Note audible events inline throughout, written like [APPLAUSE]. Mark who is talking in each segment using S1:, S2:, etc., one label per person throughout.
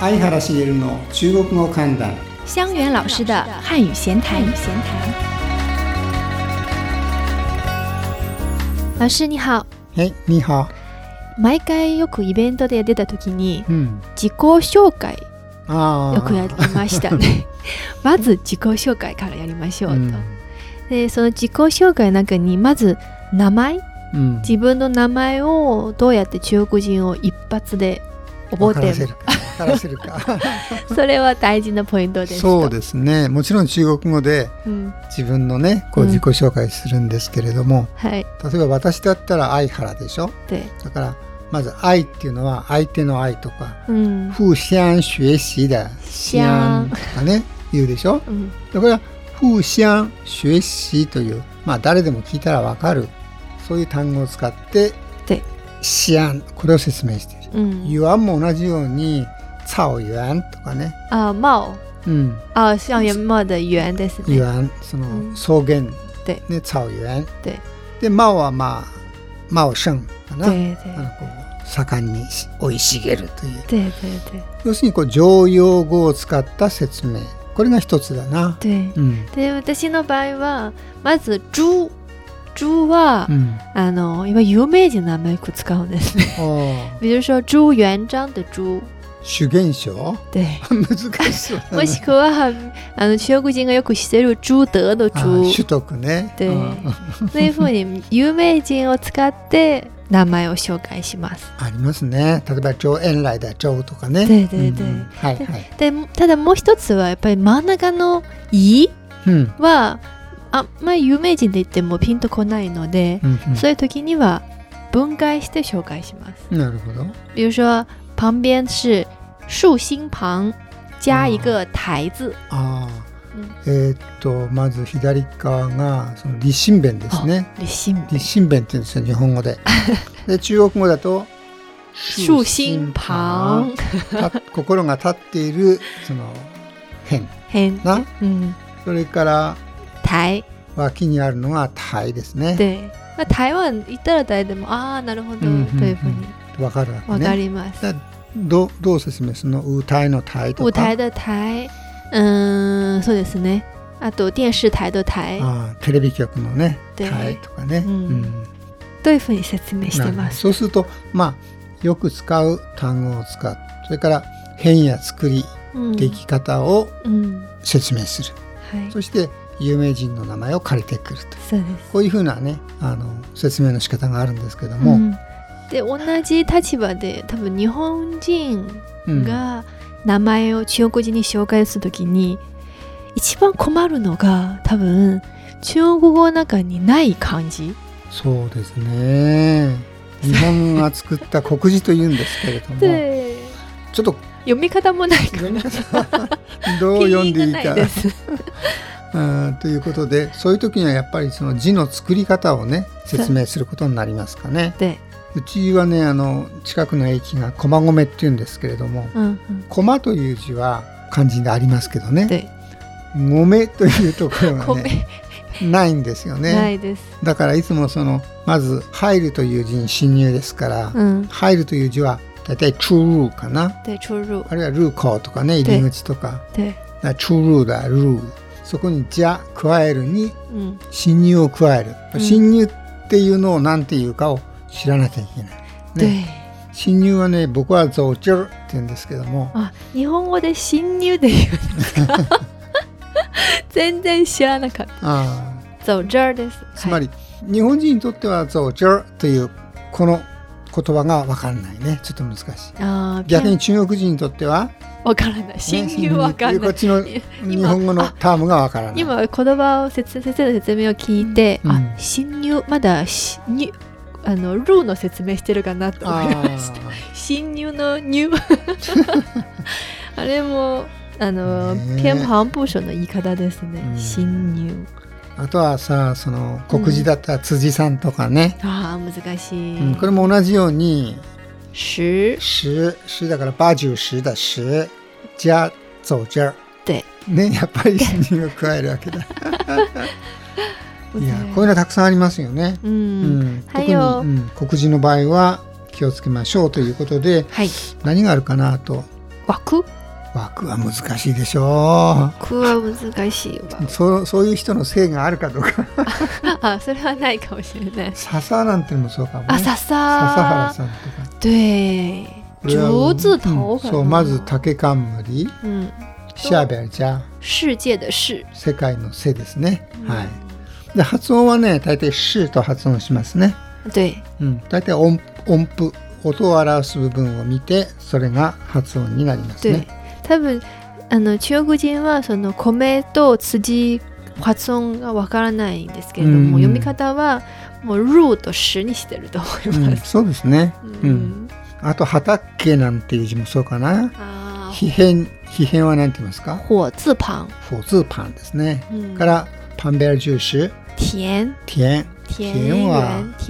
S1: 相原茂の中国語観覧
S2: 香元老师的汉语闲谈。老师你好。
S1: はい、ニーハ
S2: 毎回よくイベントで出た時に
S1: オうん
S2: 自己紹介
S1: ああ
S2: よくやりましたね。 [LAUGHS] まず自己紹介からやりましょうと。でその自己紹介の中にまず名前
S1: うん
S2: 自分の名前をどうやって中国人を一発で覚えてる
S1: 分からせ
S2: [LAUGHS]
S1: るか分からせる
S2: それは大事なポイントで
S1: か
S2: すと
S1: そうですねもちろん中国語で
S2: うん
S1: 自分のねこう
S2: うん
S1: 自己紹介するんですけれども、
S2: はい
S1: 例えば私だったら相原でしょ
S2: で、
S1: だからまず愛っていうのは相手の愛とか
S2: うん
S1: 互相学習的相とかね言うでしょ
S2: うん、
S1: でこれは互相学習というまあ誰でも聞いたらわかるそういう単語を使って
S2: で
S1: 相これを説明している
S2: うん、
S1: yuan も同じように草原とかね
S2: あ茂
S1: うん
S2: あ像元茂的元ですね
S1: yuan そ
S2: うん
S1: の草原
S2: で
S1: ね草原
S2: で
S1: でマオはまあ茂盛かな
S2: 对
S1: あのこう盛んにし生い茂るという
S2: 对对
S1: 要するにこう常用語を使った説明これが一つだな
S2: 对对
S1: うん
S2: で私の場合はまず猪猪は、
S1: うん
S2: あのいわゆる有名人の名前をよく使うんですね
S1: ああ
S2: 比如说朱元璋的朱
S1: 主言書
S2: 对
S1: 難しそうだな
S2: もしくはあの中国人がよくしてる朱德の
S1: あ
S2: 朱
S1: 取得ね
S2: 对
S1: うん
S2: そういうふうに有名人を使って名前を紹介します。
S1: ありますね例えば上円来だ上とかね
S2: 对对对
S1: うんうんはいはい
S2: でただもう一つはやっぱり真ん中の「い
S1: うん」
S2: はあんまり有名人で言ってもピンとこないので、
S1: うん
S2: そういう時には分解して紹介します。
S1: うんなるほど
S2: 比如说旁边是竖心旁加一个台字，
S1: ああ
S2: うん
S1: えーっとまず左側がその立身弁ですね
S2: 立心
S1: 立身弁って言うんですよ日本
S2: [LAUGHS]
S1: 語でで中国語だと
S2: 竖心旁
S1: た心が立っているその辺
S2: 変
S1: な
S2: 嗯
S1: それから
S2: 台
S1: 脇にあるのが体ですね
S2: 对。那台湾行ったら誰でもああなるほどと
S1: うんうんうん
S2: いうふうに
S1: わかるわけ
S2: わか
S1: ね
S2: ります。
S1: だどうどう説明するの歌いの体とか
S2: 舞台的台、嗯うん、そうですね。あと電視台的台
S1: ああテレビ局のね
S2: で
S1: 体とかね、
S2: うんというふうに説明して
S1: なるほ
S2: ま
S1: ど
S2: す。
S1: そうするとまあよく使う単語を使うそれから変や作り
S2: うん、
S1: でき方を
S2: うん、
S1: 説明する、
S2: はい、
S1: そして有名人の名前を借りてくると
S2: そうです。
S1: こういうふうなねあの説明の仕方があるんですけど
S2: う
S1: も、
S2: んで同じ立場で多分日本人
S1: うん
S2: が名前を中国人に紹介するときに一番困るのが多分中国語の中にない漢字。
S1: そうですね日本が作った国字というんですけれどもち
S2: [LAUGHS] で
S1: ょっ
S2: [LAUGHS]
S1: と
S2: 読み方もないから
S1: 読み方どう読んでいい
S2: ピンが
S1: か
S2: ないです。
S1: うんということでそういう時にはやっぱりその字の作り方をね説明することになりますかね。
S2: で、
S1: うちはねあの近くの駅が駒込っていうんですけれども
S2: うんうん、
S1: 駒という字は漢字でありますけどね
S2: で、
S1: 米というところが
S2: 米、
S1: ねないんですよ
S2: な
S1: ね
S2: いです。
S1: だからいつもそのまず「入る」という字に侵入ですから「
S2: うん、
S1: 入る」という字は大体「出入」かな
S2: で、出入、
S1: あるいは「入口」とかね入り口とか
S2: で、
S1: 「だから出入」だ「入」そこに「じゃ」加えるに
S2: うん、
S1: 侵入を加える、
S2: うん
S1: 侵入っていうのを何て言うかを知らなきゃいけない。ね、
S2: で、
S1: 侵入はね僕は「ゾウチョル」って言うんですけども
S2: あ、日本語で侵入で言うんです
S1: [LAUGHS]
S2: か。全然知らなかった。
S1: あ
S2: 走这儿です。
S1: ーつまり、日本人にとっては「ゾウチョル」というこの言葉が分かんないねちょっと難しい
S2: はい、ああ、
S1: 逆
S2: 逆
S1: に
S2: に
S1: 中国人にとっては、ね
S2: わからない。侵入わかん
S1: こ
S2: な
S1: っ
S2: い。
S1: ちの日本語のタームが分からない
S2: 今言葉を説先生の説明を聞いて、
S1: うん
S2: あ、侵入まだし入あのルーの説明してるかなと思い
S1: あ
S2: ました。新入の入
S1: [LAUGHS]
S2: あれもあの、
S1: ねえ
S2: 偏旁部首の言い方ですね、
S1: うん
S2: 新入
S1: ーあとはさその国字だったら辻さんとかね、
S2: ああ難しい、
S1: うんこれも同じように
S2: 十
S1: 十十だから八九十だ十加走劲儿
S2: で
S1: ねやっぱり死にを加えるわけだ
S2: [LAUGHS]
S1: いや
S2: 難しい
S1: こういうのたくさんありますよね、
S2: う、
S1: うんん、特に、
S2: はいよ
S1: うん、黒人の場合は気をつけましょうということで
S2: はい
S1: 何があるかなと
S2: 枠
S1: 枠は難しいでしょ
S2: 枠は難しいわ
S1: [LAUGHS] うそうそういう人の性があるかどうか [LAUGHS]
S2: あそれはないかもしれない
S1: 笹なんてのもそうかもね
S2: あ笹
S1: 笹原さんとか
S2: 对
S1: これは
S2: 竹字
S1: う
S2: 头
S1: ん
S2: かな
S1: そうまず竹冠
S2: うん
S1: シャーベルジャー
S2: 嗯世界的世
S1: 世界の背ですね、
S2: うん
S1: はいで発音はね大体「シ」と発音しますね、
S2: 对
S1: うん、大体音音符音を表す部分を見てそれが発音になります
S2: 对
S1: ね、
S2: 多分あの呃中国人はその米と辻発音がわからないんですけれども、
S1: うん
S2: 読み方はもうルーと詩にしてると思
S1: う
S2: いま [LAUGHS]
S1: ん、
S2: す。
S1: そうですね、
S2: う
S1: うんあと「畑」なんていう字もそうかな
S2: あ
S1: 「皮変」「皮変」は何て言いますか
S2: 火字旁、
S1: 「フォズパン」ですね、
S2: うん
S1: から「パンベルジューシュ」
S2: 田
S1: 「田」
S2: 田園
S1: は
S2: 田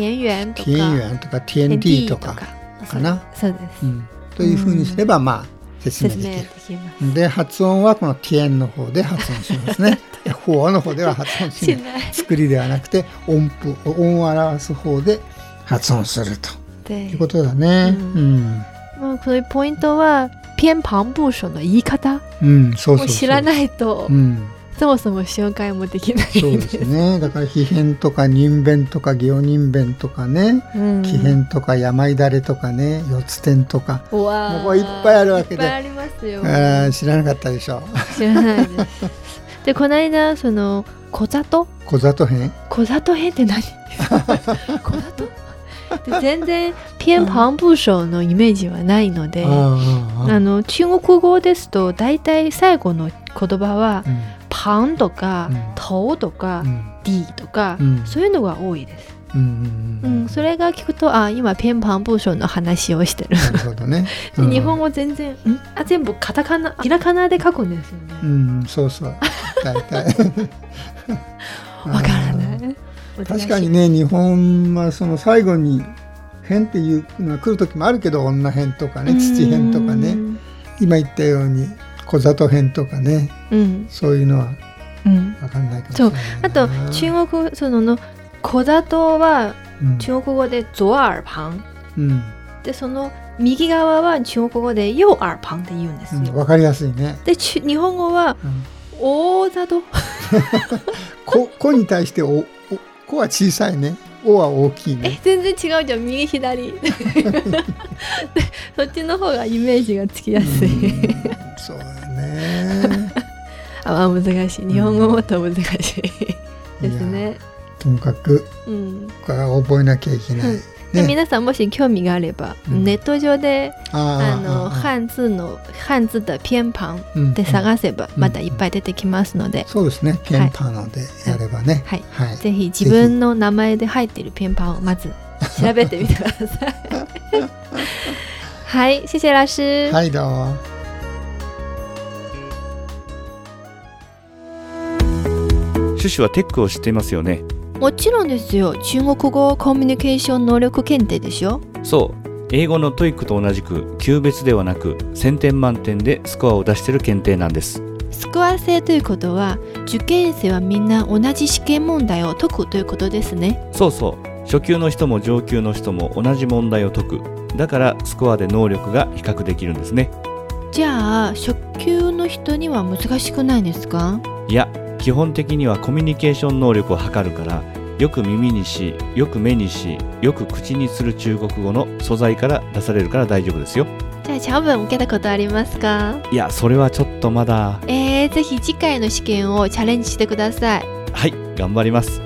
S1: 「
S2: 園とか
S1: 田園」とか「田地」とか
S2: 田地
S1: かな
S2: そうそうです、
S1: うん、というふうにすれば、まあ説明
S2: 説
S1: で
S2: 明
S1: き
S2: で
S1: る。
S2: きます。
S1: で発音はこの「ティエン」の方で発音します
S2: [LAUGHS]
S1: ね。フォーの方では発音し
S2: し
S1: ない。
S2: ない。
S1: 作りではなくて音符音を表す方で発音すると
S2: 对
S1: いうことだね。
S2: う
S1: うん、
S2: まあ、そういうポイントは偏旁部首の言い方
S1: うん、そうそ
S2: を
S1: うそう。
S2: 知ら
S1: い。
S2: ないと
S1: うん、
S2: そもそも紹介もできない
S1: そうんで
S2: です
S1: す。
S2: [LAUGHS]
S1: ね。だから「皮変」とか「人弁」とか「行人弁」とかね
S2: う
S1: 「
S2: ん
S1: 奇変」とか「病だれ」とかね「四つ点」とか。
S2: うわー
S1: もうこれいっぱいあるわけで
S2: いっぱいありますよ。
S1: あー知らなかったでしょ。
S2: 知らないです。でこの間その小里
S1: 小里編
S2: 小里
S1: [LAUGHS]
S2: 編って何？小里？で全然偏旁部首のイメージはないので、あ
S1: あーあー
S2: の中国語ですと大体最後の言葉は
S1: う
S2: 旁とか
S1: うん
S2: 頭とか
S1: んうん
S2: 地とか
S1: うん
S2: そういうのが多いです。
S1: うんう
S2: うん
S1: うん
S2: ん、それが聞くとあ今偏旁部首の話をしてる、。
S1: なるほどね
S2: 日本語全然んあ全部カタカナひらかなで書くんですよね
S1: うん、うん、そうそう。大体。
S2: [LAUGHS] わからな
S1: あー。
S2: い
S1: 確かにね、日本はその最後に。変っていうのが来る時もあるけど、女変とかね、父変とかね、今言ったように。小里変とかね、
S2: うん
S1: そういうのは
S2: うん
S1: わかんないかもしれない
S2: あと中国そのの小里は
S1: 国
S2: 中国語で左耳旁
S1: うん、うん
S2: でその右側は中国語で右耳旁って言うんです
S1: うん、
S2: よ、
S1: わかりやすいね。
S2: でち日本語は
S1: うん
S2: 大里
S1: こ、こに対して、お、お、こは小さいね。おは大きい
S2: え
S1: ね。
S2: 全然違うじゃん右左でそっちの方がイメージがつきやすい、
S1: うんそうだね。
S2: あまあ難しい日本語もっと難しい [LAUGHS] で
S1: い
S2: す
S1: や
S2: ね
S1: ともかく
S2: うんで
S1: これは覚えなきゃいけない。ね、
S2: 皆さんもし興味があれば、
S1: うん
S2: ネット上であの
S1: い
S2: 漢字の漢字的偏旁で探せば
S1: うん
S2: またいっぱい出てきますので、
S1: そうですね。ペンパーのでやればね。
S2: はい
S1: はい。
S2: ぜひ自分の名前で入っている偏旁をまず調べてみてください
S1: [LAUGHS]
S2: はい谢谢老师
S1: はい、どうも。
S3: シュシュはテックを知っていますよね
S2: もちろんですよ中国語コミュニケーション能力検定でしょ
S3: そう英語のトイックと同じく級別ではなく1000点満点でスコアを出してる検定なんです
S2: スコア制ということは受験生はみんな同じ試験問題を解くということですね
S3: そうそう初級の人も上級の人も同じ問題を解くだからスコアで能力が比較できるんですね
S2: じゃあ初級の人には難しくないですか
S3: いや基本的にはコミュニケーション能力を測るからよく耳にしよく目にしよく口にする中国語の素材から出されるから大丈夫ですよ
S2: じゃあチャオ文受けたことありますか
S3: いやそれはちょっとまだ
S2: えー、ぜひ次回の試験をチャレンジしてください
S3: はい頑張ります